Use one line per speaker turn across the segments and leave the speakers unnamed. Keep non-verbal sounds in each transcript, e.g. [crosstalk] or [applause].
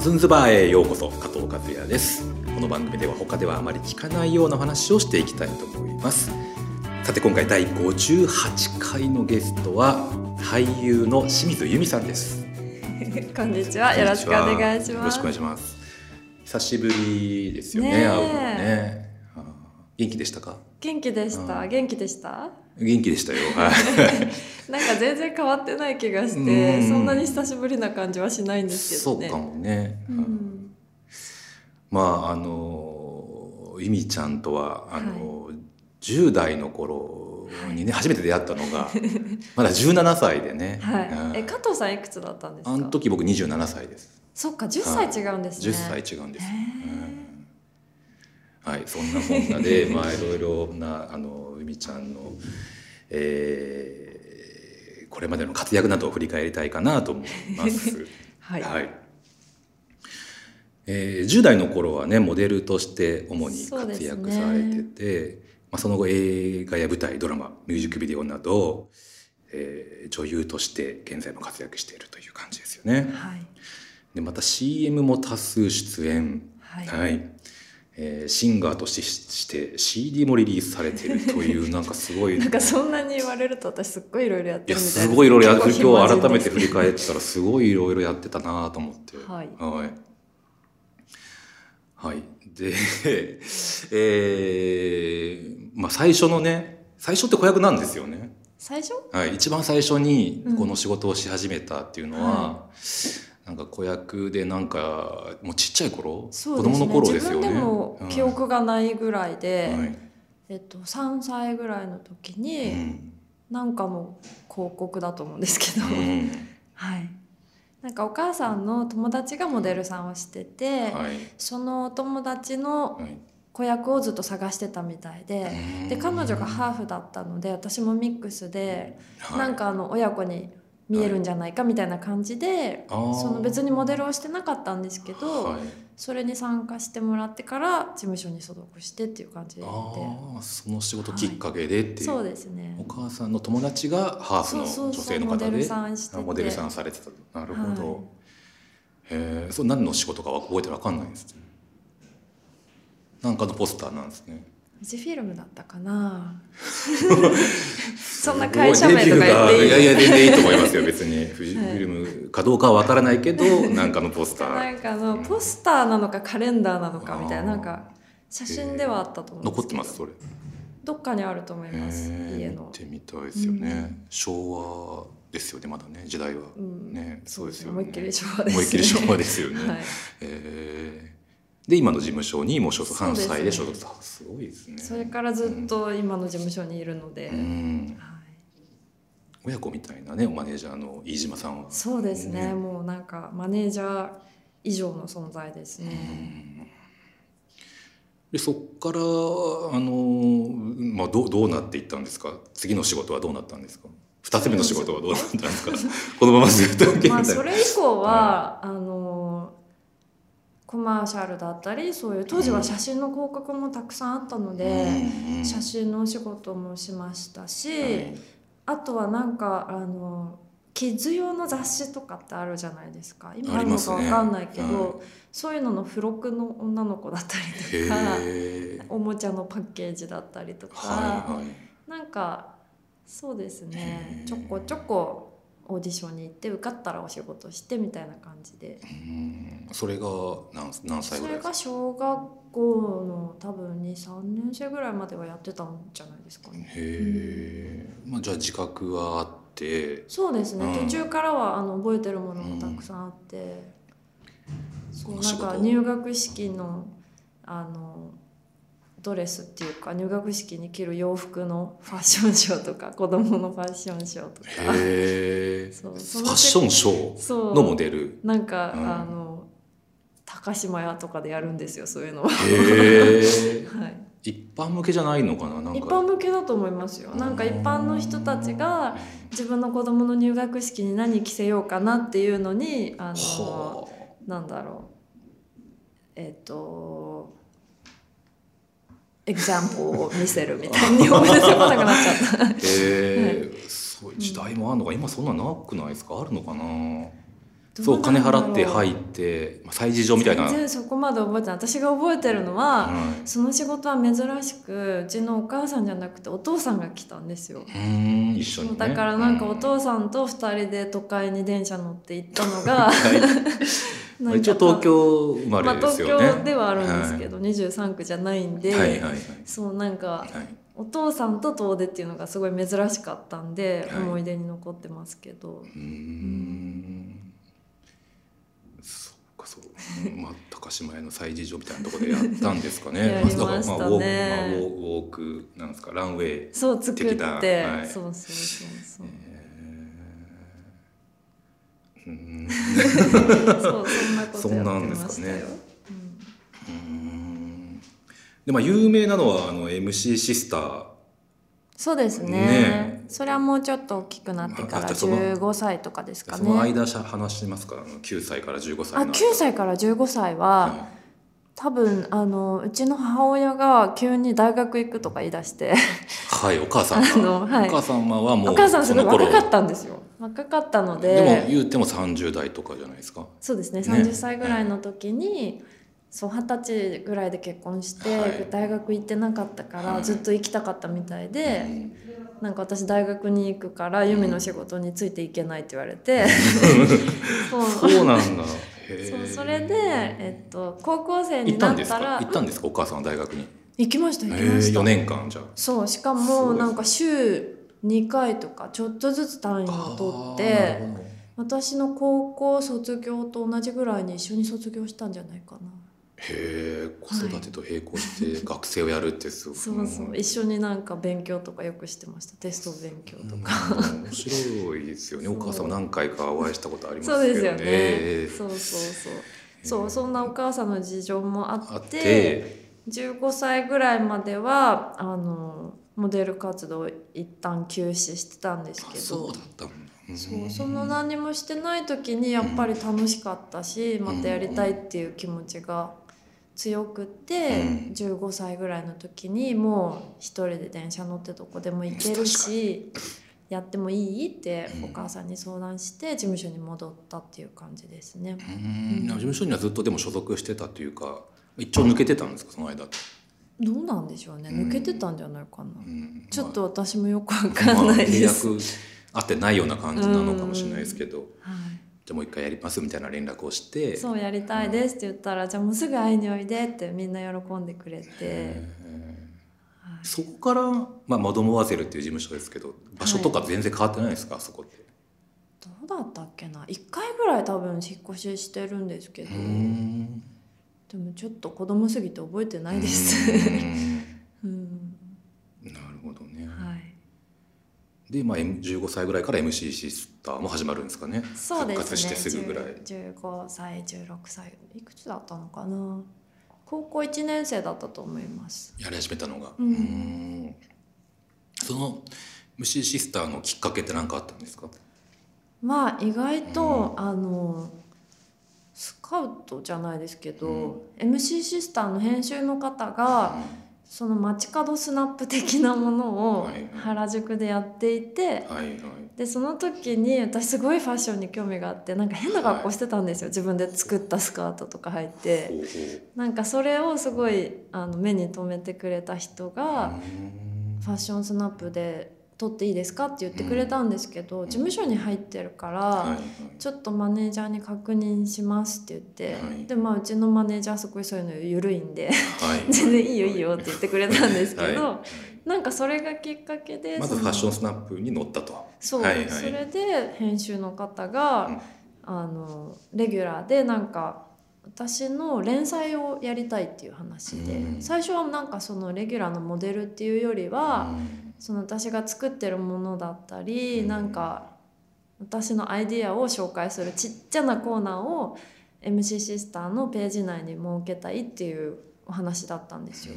ズンズバーへようこそ加藤和也ですこの番組では他ではあまり聞かないようなお話をしていきたいと思いますさて今回第58回のゲストは俳優の清水由美さんです
[laughs] こんにちは。よろしくお願いし
よろ
ま
し
す。
くお願いします久しぶりですよね
ねえ
会うのねあー元気でしたか
元気でした。
う
元気でした。
元気でしたよ
[laughs]
はい
なんか全然変わってない気がし
う
て、
ん
そんなに久しぶりな感じはしないんですけ
そ
ど
う
ね。
かもね、
うん。
まああのゆみちゃんとはあの、10代の頃にね初めて出会ったのがまだ17歳でね、
はい。え、
うん
加藤さんいくつだったんですか。
あの時僕27歳です
そっか、十歳違うんですね。
10歳違うんです、
へ
うんはいそんなこんな
[laughs]
でまあいろいろなあのゆみちゃんのえーこれまでの活躍などを振り返りたいかなと思い
[laughs]
ます。
はい。
えー10代の頃はねモデルとして主に
そうです
活
ね
躍されててそ,、まあ、その後映画や舞台ドラマミュージックビデオなど、えー女優として現在も活躍しているという感じですよね。
はい。
でまた CM も多数出演、
はい。
えーシンガーとしてして CD もリリースされているというなんかすごい。
[laughs] なんかそんなに言われると、私すっごいいろいろやっ
い
て
や
るみたいな。
すごいいろいろや今
結構
日改めて
暇人
振
で
り返ったらすごいいろいろやってたなと思って
す。はい。
はい。はい。で、 [laughs] えーまあ最初のね、最初って子役なんですよね。
最初。
はい。一番最初に
うん
この仕事をし始めたっていうのは、なんか子役でなんか、もうちっちゃい頃、
そう
子
ですね。
供の頃ですよね。
自分でも記憶がないぐらいで、
はい。はい
えっと、三歳ぐらいの時に。
うん
なんかもう広告だと思うんですけど、
うん
はいなんかお母さんの友達がモデルさんをしてて、
はい
そのお友達の
はい
子役をずっと探してたみたいで、で彼女がハーフだったので私もミックスで、
はい
なんかあの親子に見えるんじゃないかみたいな感じで、
あー
その別にモデルをしてなかったんですけど、
はい
それに参加してもらってから事務所に所属してっていう感じで
ああ、その仕事きっかけでっていう。
そうですね
お母さんの友達がハーフの女性の方
モデル
で
さんしてて
モデルさんされてたなるほど、
はい
へえそう何の仕事かは覚えてわかんないんですねなんかのポスターなんですね
富士フィルムだった
[laughs]
かな
そ
そんな会社名とか言っていい
いやいや全然いいと思いますよ別にフジフ
[laughs] はい
ィルムかどうかはわからないけどなんかのポスタ
な [laughs]
ー
んかあのポスターなのかカレンダーなのかみたいな
あー
なんか写真ではあったと思うんです
残
けど
ってますそれへ
どっかにあると思います家
え見
の
てみたいですよね、昭和ですよねまだね時代は、
うん
ねそうですよね
思いっきり昭和です
思いっきり昭和ですよ [laughs] ね、
[laughs] はい
えーで今の事務所にも所属
そう
関
です
西
ね
で所属す,、すごいですね
それからずっと今の事務所にいるので、
うん
はい
親子みたいなねマネージャーの飯島さんは
そうですね
ね
もうなんかマネージャー以上の存在です
う
ね、
んでそっからあのー、まあ、どうどうなっていったんですか次の仕事はどうなったんですか二つ目の仕事はどうなったんですかこのままずっと受け
ま
た
あ
い
それ以降は、あのコマーシャルだったりそういう当時は写真の広告もたくさんあったので、
うんうん
写真のお仕事もしましたし、
はい
あとはなんかあのキッズ用の雑誌とかってあるじゃないですか今あるのかわかんないけど、
ありますね
そういうのの付録の女の子だったりとか
へえ
おもちゃのパッケージだったりとか、
はいはい
なんかそうですね
へー
ちょこちょこオーディションに行って受かったらお仕事してみたいな感じで
うんそれが何何歳
そ
ぐらいです
れ
か
が小学校の多分23年生ぐらいまではやってたんじゃないですかね。
へえ、まあ、じゃあ自覚はあって
そうですね、
うん
途中からはあの覚えてるものもたくさんあって、そう
この
な
仕
ん
事
か入学式のあのドレスっていうか入学式に着る洋服のファッションショーとか子供のファッションショーとか
へえフ
そ
ァ
う
ッ
その
ションショ
そ
ー
う
のモデル
なんか、
うん
あの高島屋とかでやるんですよそういうのは、は
へえ
い、
一般向けじゃないのかななんか
一般向けだと思いますよなんか一般の人たちが自分の子供の入学式に何着せようかなっていうのにあの
は
なんだろうえっ、とエグザンプルを見せるみたいに日本語で言葉なくなっちゃっ
あへえそういう時代もあるのか今そんななくないですかあるのかな [laughs] そう金払って入
っ
ってまあ催事場みたいな、
全然そこまで覚えてない私が覚えてるのは、その仕事は珍しくうちのお母さんじゃなくてお父さんが来たんですよ
うんうん一緒に、ね、
だからなんかお
う
父さんと2人で都会に電車乗って行ったのが
まあ一応東京生ま
まあ
れです
東
よね、
京ではあるんですけど、23区じゃないんで、
はいはいはいはい
そうなんか
はい
お父さんと遠出っていうのがすごい珍しかったんで、
はい
思い出に残ってますけど
うーんそうかそううんまあ高島屋の催事場みたいなところでやったんですかね
[laughs] やりまし
あ
たね
だからまあウォークまあウォーウォークなんですかランウェイ
そう作っ
でき
て、
たはい
そうそう
[laughs]
そう
うーん
そうそうそんなこと
そんな
やっ
ん
て
で
ます
かね
したよ。
うーんでまあ有名なのはあの MC シスター
そうですね
ね
それはもうちょっと大きくなってか
あ
ら
だってその
15歳とかですか
その
ね
間しゃ話してますからあの9歳から15
あ
歳の間
9歳から15歳は、
は
多分あのうちの母親が急に大学行くとか言い
[laughs]
出して
い、はい、お母さん
あの
が、
はい
お母さんはもう
お母さんすごい
その頃
若かったんですよ若かったので
でも言うても30代とかじゃないですか
そうですね
ね
30歳ぐらいの時に、そう二十歳ぐらいで結婚して、
はい
大学行ってなかったから、
はい
ずっと行きたかったみたいで
う、ん
なんか私大学に行くからユミの仕事についていけないって言われて、そう [laughs] そ
そうなんだ。へー
うそれで、えっと、高校生
行
に
った
なんっ
です
た
から行ったんですかお母さんは大学に。
行きました行き
へ
ま
え
した
四。年間じゃあ。
そうしか
そう
も
です
なんか週2回とかちょっとずつ単位を取って私の高校卒業と同じぐらいに一緒に卒業したんじゃないかな
へえ子育てと並行して学生をやるってすごい。
そうそ
ん
う一緒になんか勉強とかよくしてましたテスト勉強とか、
うん面白いですよね。
そ
お
う
母さんも何回かお会いしたことありますけど
そ
ね。
うですよね、
ええ
そうそうそうそうそんなお母さんの事情もあ
あっ
って
て、
15歳ぐらいまではあのモデル活動を一旦休止してたんです
あ
けど
そうだったんだ。ん
そうその何もしてない時にやっぱり楽しかったし、またやりたいっていう気持ちが強くって、
うん
15歳ぐらいの時にもう一人で電車乗ってどこでも行けるしやってもいいって
うん
お母さんに相談して事務所に戻ったっていう感じですね。
うん事務所にはずっとでも所属してたというか一応抜けてたんですかその間って。
どうなんでしょうね
うん
抜けてたんじゃないかな、
うん
ちょっと私もよくわかんないです。
まあ、契約合ってないような感じなのかもしれないですけど、
はい
じゃあもう一回やりますみたいな連絡をして
そうやりたいですって言ったら、じゃあもうすぐ会いにおいでってみんな喜んでくれて、
え
はい
ーそこから、まあ、マドモワゼルっていう事務所ですけど場所とか全然変わってないですか、そこって。
どうだったっけな1回ぐらい多分引っ越ししてるんですけど
うーん
でもちょっと子供すぎて覚えてないで
うー
す
ん
[laughs] うん
なるほどね。
はい
で、まあ、M- 15歳ぐらいから MC シスターも始まるんですかね。
そうで
復活
す
して
ね
すぐぐらい。
10 15歳16歳いくつだったのかな高校1年生だったと思います
やり始めたのが。
うん
うーんその MC シスターのきっかけって何かあったんですか
まあ意外と、あのスカウトじゃないですけど、MC シスターの編集の方が、その街角スナップ的なものを
はいはい
原宿でやっていて、
うんはいはい。
でその時に私すごいファッションに興味があってなんか変な格好してたんですよ、自分で作ったスカートとか入って
ほうほう
なんかそれをすごいあの目に留めてくれた人が「ファッションスナップで撮っていいですか?」って言ってくれたんですけ
ん
ど、事務所に入ってるから、
はい
ちょっとマネージャーに確認しますって言って、
はい
でまあうちのマネージャーすごいそういうの緩いんで [laughs]
はいはい
全然いいよいいよって言ってくれたんですけど、
は
なんかそれがきっかけで
い、まず
その
ファッションスナップに乗ったと。
そう、
はいはい
それで編集の方が、あのレギュラーでなんか私の連載をやりたいっていう話で、
うん
最初はなんかそのレギュラーのモデルっていうよりは、
うん
その私が作ってるものだったり、
うん
なんか私のアイディアを紹介するちっちゃなコーナーを MC シスターのページ内に設けたいっていうお話だったんですよ。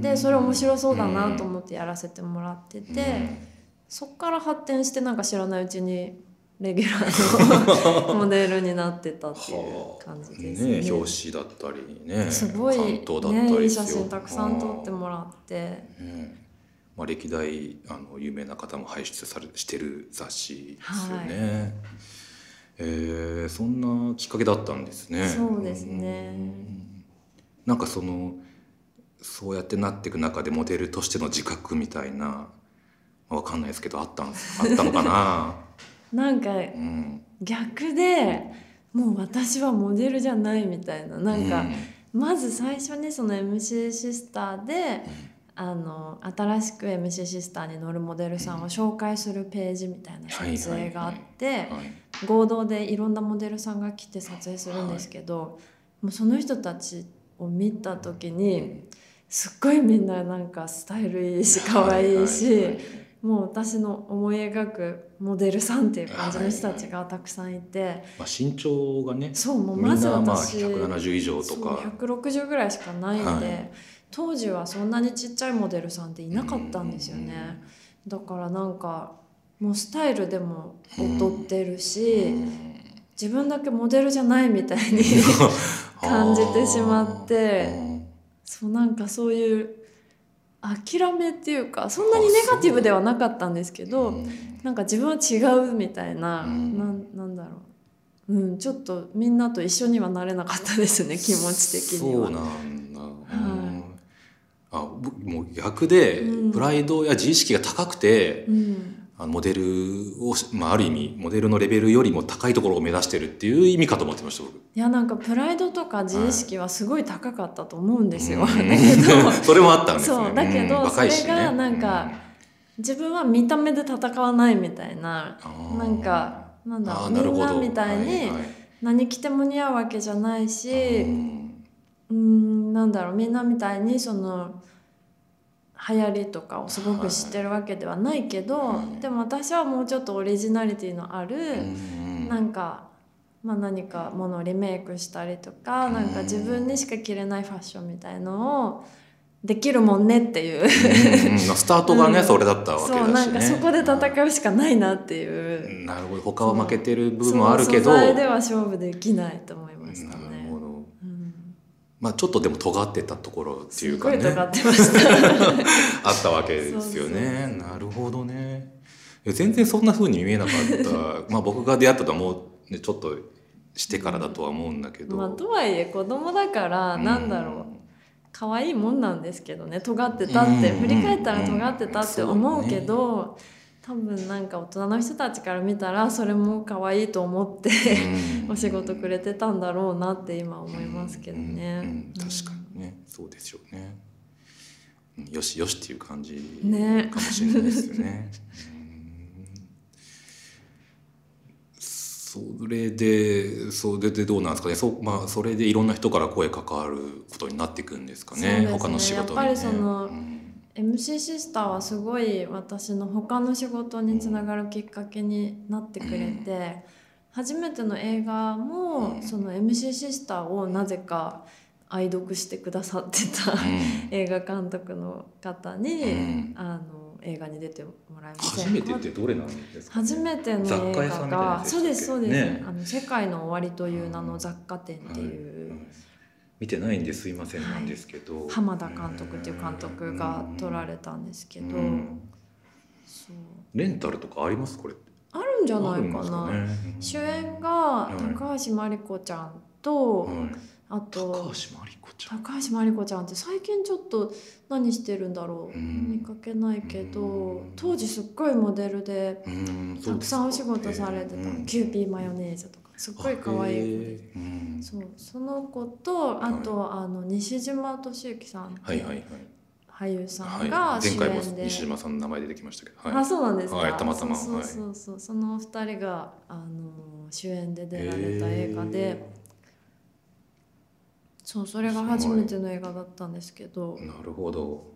でそれ面白そうだなと思ってやらせてもらってて。そっから発展してなんか知らないうちにレギュラーの [laughs] モデルになってたっていう感じですね。
ねえ表紙だったりね
すごい、
関東だった
ね、い
り
い
ですよ
写真たくさん撮ってもらって
あーねえまあ、歴代あの有名な方も輩出されしてる雑誌ですよね。えーそんなきっかけだったんですね。
そうですね
うん。なんかそのそうやってなっていく中でモデルとしての自覚みたいなわかんないですけどあったんですあったのか
[laughs]
な。
なんか
うん。
逆でもう私はモデルじゃないみたいななんか、まず最初にその MC シスターで、あの新しく MC シスターに乗るモデルさんを紹介するページみたいな撮影があって、
うんはい
合同でいろんなモデルさんが来て撮影するんですけど、もうその人たちを見た時にすっごいみんななんかスタイルいいし可愛いし、
はははい
もう私の思い描くモデルさんっていう感じの人たちがたくさんいて、
まあ身長がね、
そうもう
みん
まず
なまあ
私
170以上と
そう
か。
160ぐらいしかないんで、
はい
当時はそんなにちっちゃいモデルさんっていなかったんですよ
うんうん
ね、だからなんかもうスタイルでも劣ってるし、
うん
自分だけモデルじゃないみ
[laughs]
たいに [laughs] 感じてしまってそうなんかそういう諦めっていうかそんなにネガティブではなかったんですけ
あーう
ど
ん
なんか自分は違うみたいな、
うん
なんなんだろう、うん、ちょっとみんなと一緒にはなれなかったです
[laughs]
ね気持ち的には。
そうなんだ、あ僕もう逆で、
うん
プライドや自意識が高くて、
うん、
あのモデルを、まあ、ある意味モデルのレベルよりも高いところを目指してるっていう意味かと思ってました僕
いやなんかプライドとか自意識はすごい高かったと思うんですよ。
う
だ
ん
けど
[laughs] それもあったんですね
そうだけど
うん若いし
それがなんか
うん
自分は見た目で戦わないみたいな
あー
なんかなんだ
あー
ろう
なる
みん
ほ
な
ど
みたいに、
はは
何着ても似合うわけじゃないし、
うん
うーん、なんだろうみんなみたいにその流行りとかをすごく知ってるわけではないけど、
はい
でも私はもうちょっとオリジナリティのある、
うん
なんか、まあ、何かものをリメイクしたりとか、
うん
なんか自分にしか着れないファッションみたいのをできるもんねっていう
うんうんスタートがね、
うん
それだったわけだし、ね、
[laughs] そうなんかそこで戦うしかないなっていう、
なるほど他は負けてる部分もあるけど
その素材
な
で
る
は勝負できないと思いましたね
ほ。ど、
うん
まあ、ちょっとでも尖ってたところってい
す
うか
ご
ね
い尖ってました。
あったわけですよね
そうそう
なるほどねえ全然そんな風に見えなかった
[laughs]
まあ僕が出会ったとはもう、ね、ちょっとしてからだとは思うんだけど、
まあ、とはいえ子供だから
うん
なんだろう、可愛いもんなんですけどね尖ってたって、
うん
振り返ったら尖ってたって
うん
思うけど、多分なんか大人の人たちから見たらそれも可愛いと思って、
うん
[laughs] お仕事くれてたんだろうなって今思いますけどね。
うんうん確かにねそうですよねうんよしよしっていう感じ
ね
かもしれないですよ
[laughs]
ねうんそれでそれでどうなんですかねそう、まあ、それでいろんな人から声かかることになっていくんですかね
そうですね
他の仕事に、ね、
やっぱりその
うん、
MC シスターはすごい私の他の仕事につながるきっかけになってくれて、初めての映画
う
も
ん
その MC シスターをなぜか愛読してくださって
[laughs]
た、
うん
映画監督の方に、
うん
あの映画に出てもらいません
初めてってどれなんですか、ね、
初めての
雑
映
貨
画
屋さんみたいなや
が
つでしたっ
そう
け
ですそうです、
ね
あの「世界の終わり」という名の雑貨店っていう、
はいはい見てないんですいません
はい
なんですけど、
浜田監督っていう監督が撮られたんですけ
うん
ど、
うん
そう
レンタルとかありますこれって
あるんじゃないかな、
あるんですかね
主演が高橋真理子ちゃんと、
はい
あ
高
と
橋真理子ちゃん。
高橋真理子ちゃんって最近ちょっと何してるんだろう、
うん
見かけないけど、
うん
当時すっごいモデルで
うん
たくさんお仕事されてた、キューピーマヨネーズとかすっごい可愛い子で、
えーうん
そうその子とあと、あの西島敏行さん、
はいはい
俳優さ
はい。
んが
はい
主
前
演
回
で、
も西島さんの名前出てきましたけど。
あそうなんですか、
はいたまたま
そうそうそうそう、その二人があの主演で出られた映画で、
え
そうそれが初めての映画だったんですけど
ーなるほど。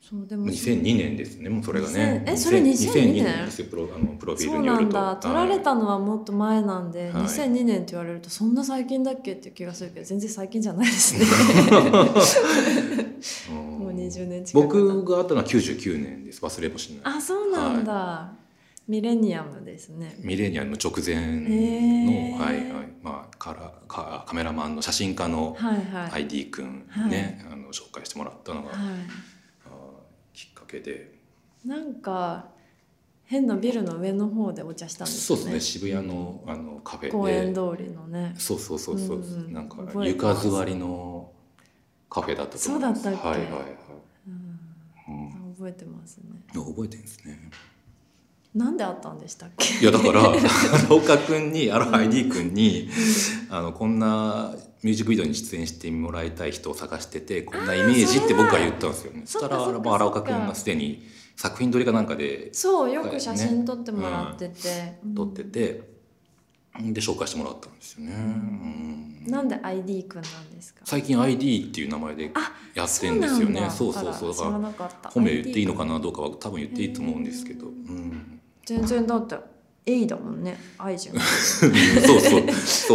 そうでも
2002年ですね。もうそれがね
2000。えそれ2002年
ですよプロあのプロフィー
そ
ル
う
によ
な
る
ん
と。
だ撮られ
は
たのはもっと前なんで、
はい
2002年って言われるとそんな最近だっけっていう気がするけど全然最近じゃないで
[laughs]
すね
い。
もう
も
20年近く
僕があったのは99年です。忘れもしない。
あそうなんだ、ミレニアムですね
ミレニアム直前
えー
のはいはいまあからかカメラマンの写真家の
はいはい、
ID 君ね、あの紹介してもらったのが、
は
あーきっかけで、
い、なんか変なビルの上の方でお茶したんです
そうで
よ
す
ね
ね渋谷のあのカフェで
公園通りのね
そうそうそうそう、
うんうん
なんか
覚えて
床
ます
座りのカフェだったと思います
そうだったっけ
はいはいはい、
うん
うん
覚えてますね
いや覚えてるんですね
なんであったんでしたっけ
いやだから [laughs] ロ岡君にあの ID 君に、あのこんなミュージックビデオに出演してもらいたい人を探しててこんなイメージって僕は言ったんですよねそ
そ
し
れ
た
だ
ら
そっかそっか
荒岡君がすでに作品撮りかなんかで
[laughs] そうよく写真撮ってもらってて、うん
撮ってて、で紹介してもらったんですよね、うん
なんで ID 君なんですか
最近 ID っていう名前で
あ
やってるんですよねそうそう
なんだ
そうだ
あら知ら
か
なかった
ら本名言っていいのかなどうかは多分言っていいと思うんですけど、うん、 [laughs]
全然だって A だもんね I じゃん
そうそう、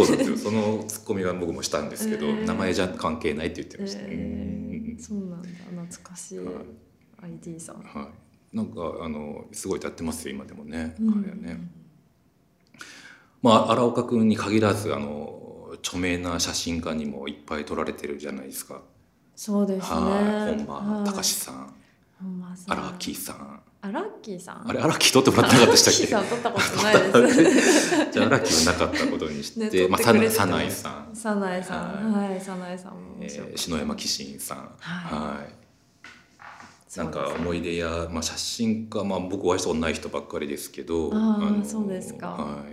そうなんですよ。そのツッコミは僕もしたんですけど、
えー
名前じゃ関係ないって言ってましたね。
えーそうなんだ懐かしい
うんは
ID さん、
い、はい、なんかあのすごいやってますよ今でもね。
うん
彼はね。まあ荒岡君に限らずあの著名な写真家にもいっぱい撮られてるじゃないですか。
そうです
は
ね
い、本
は
間
い
隆さん、
本間さん
荒木さん。
アラッキーさん
あれ荒木撮ってもらってなかったで
アラッキー
した
さ
っ
ん撮ったことない
け？
です
じゃあ荒木はなかったことにして、
ね撮って
まあ
く
さ
れて
な
た
さないさん、
サナエさんはいサナエさんも
え
面白か
ー
った
篠山紀信さん、
はい
はい
そ
な
うんですね
か思い出や、まあ、写真家、まあ、僕お会いしたことない人ばっかりですけど
あーそうですか
はい、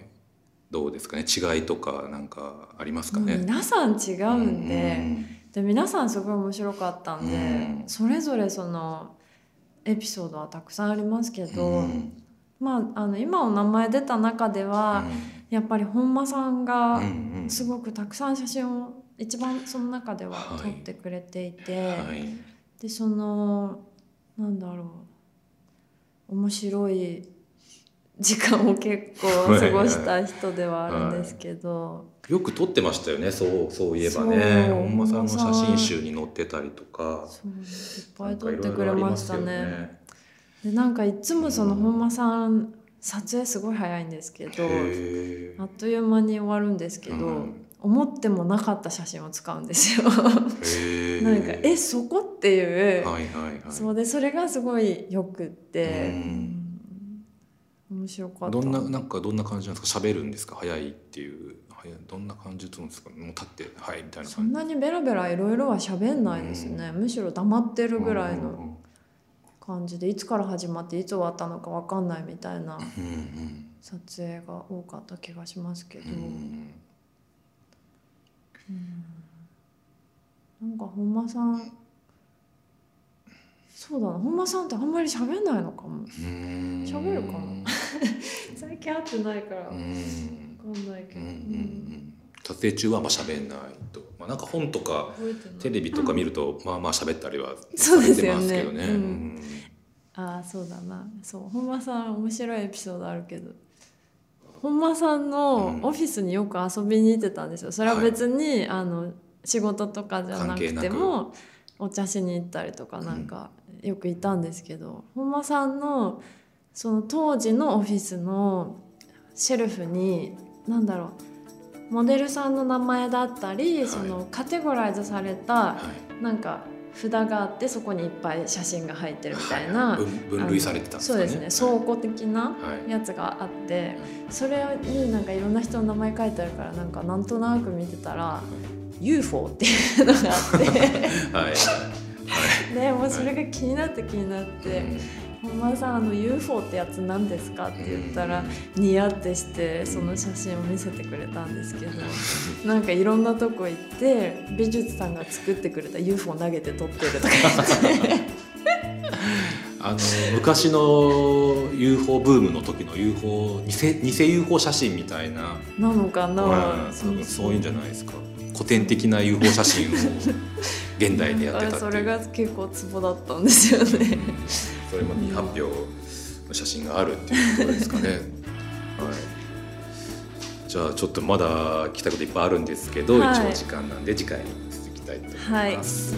どうですかね違いとかなんかありますか
もう
ね。
皆さん違うんで、
うん
で皆さんすごい面白かったんで、
うん
それぞれそのエピソードはたくさんありますけど、
うん
まああの今お名前出た中では、やっぱり本間さ
う
ん
ん
が
うん
すごくたくさん写真を一番その中では
は
撮
い
ってくれていて、
はい
でそのなんだろう面白い時間を結構過ごした人ではあるんですけど、
よく撮ってましたよねそうそういえばね
そう
本間さんの
本間さん
写真集に載ってたりとか
そう
なん
いっぱい
か
撮
い
って
ろいろ
くれ
あり
ま
ま
し
す
た
よ
ね。
ね。
でなんかいつもその
うん
本間さん撮影すごい早いんですけど
へ
あ
ー
っという間に終わるんですけど、 [laughs]
うん
思ってもなかった写真を使うんです
へ
よ。
ー
なんかえそこっていう、
はいはいはい
そうでそれがすごいよくっ
う
て、
ん
うん面白かった。
どんななんかどんな感じなんですか喋るんですか早いっていう早いどんな感じと思うんですかもう立ってはいみたいな
そん
感じ
なにベラベラいろいろは喋んないですね、むしろ黙ってるぐらいの感じでいつから始まっていつ終わったのかわかんないみたいな
うんうん
撮影が多かった気がしますけど。
うんうん
なんか本間さんそうだな本間さんってあんまり喋んないのか
う
も
ん
喋るかな最近会ってないから
う
分
ん
かんないけ
うんう
ど、
んう
うん
ん撮影中はまあ喋んないとまあなんか本とか
覚えてない
テレビとか見るとまあまあ喋ったりは
そ
さ
うで
れ
す
て
よ
ま
ね
すけどね
う
うんん
ああそうだなそう本間さん面白いエピソードあるけど本間さんの
うん
オフィスによく遊びに行ってたんですよそれは別に、あの仕事とかじゃなく
関
て
係な
もお茶しに行ったりとかなんかよくいたんですけど、本間さんのその当時のオフィスのシェルフに何だろうモデルさんの名前だったり、
はい
そのカテゴライズされた
は
なんか札があってそこにいっぱい写真が入って
い
るみたいな、
はい分分類されてたんです
そう
か
で
ね
すね倉庫的な
はい
やつがあってそれになんかいろんな人の名前書いてあるからなんかなんとなく見てたら UFO っていうのがあっ
はいはい [laughs]
てでもうそれが気になって気になって「本間さんあの UFO ってやつ何ですか?」って言ったらニヤってしてその写真を見せてくれたんですけどなんかいろんなとこ行って美術さんが作ってくれた UFO 投げて撮ってると
[laughs]
か言って。
あの昔の UFO ブームの時の UFO 偽偽 UFO 写真みたいな、
なのかな、
うん多分そういうんじゃないですか古典的な UFO 写真を現代でやってたっていう
それが結構ツボだったんですよ
う
ね
んそれも未発表の写真があるっていうことですか [laughs] ねはいじゃあちょっとまだ聞きたいこといっぱいあるんですけど、
はい
一応時間なんで次回に続きたいと思います、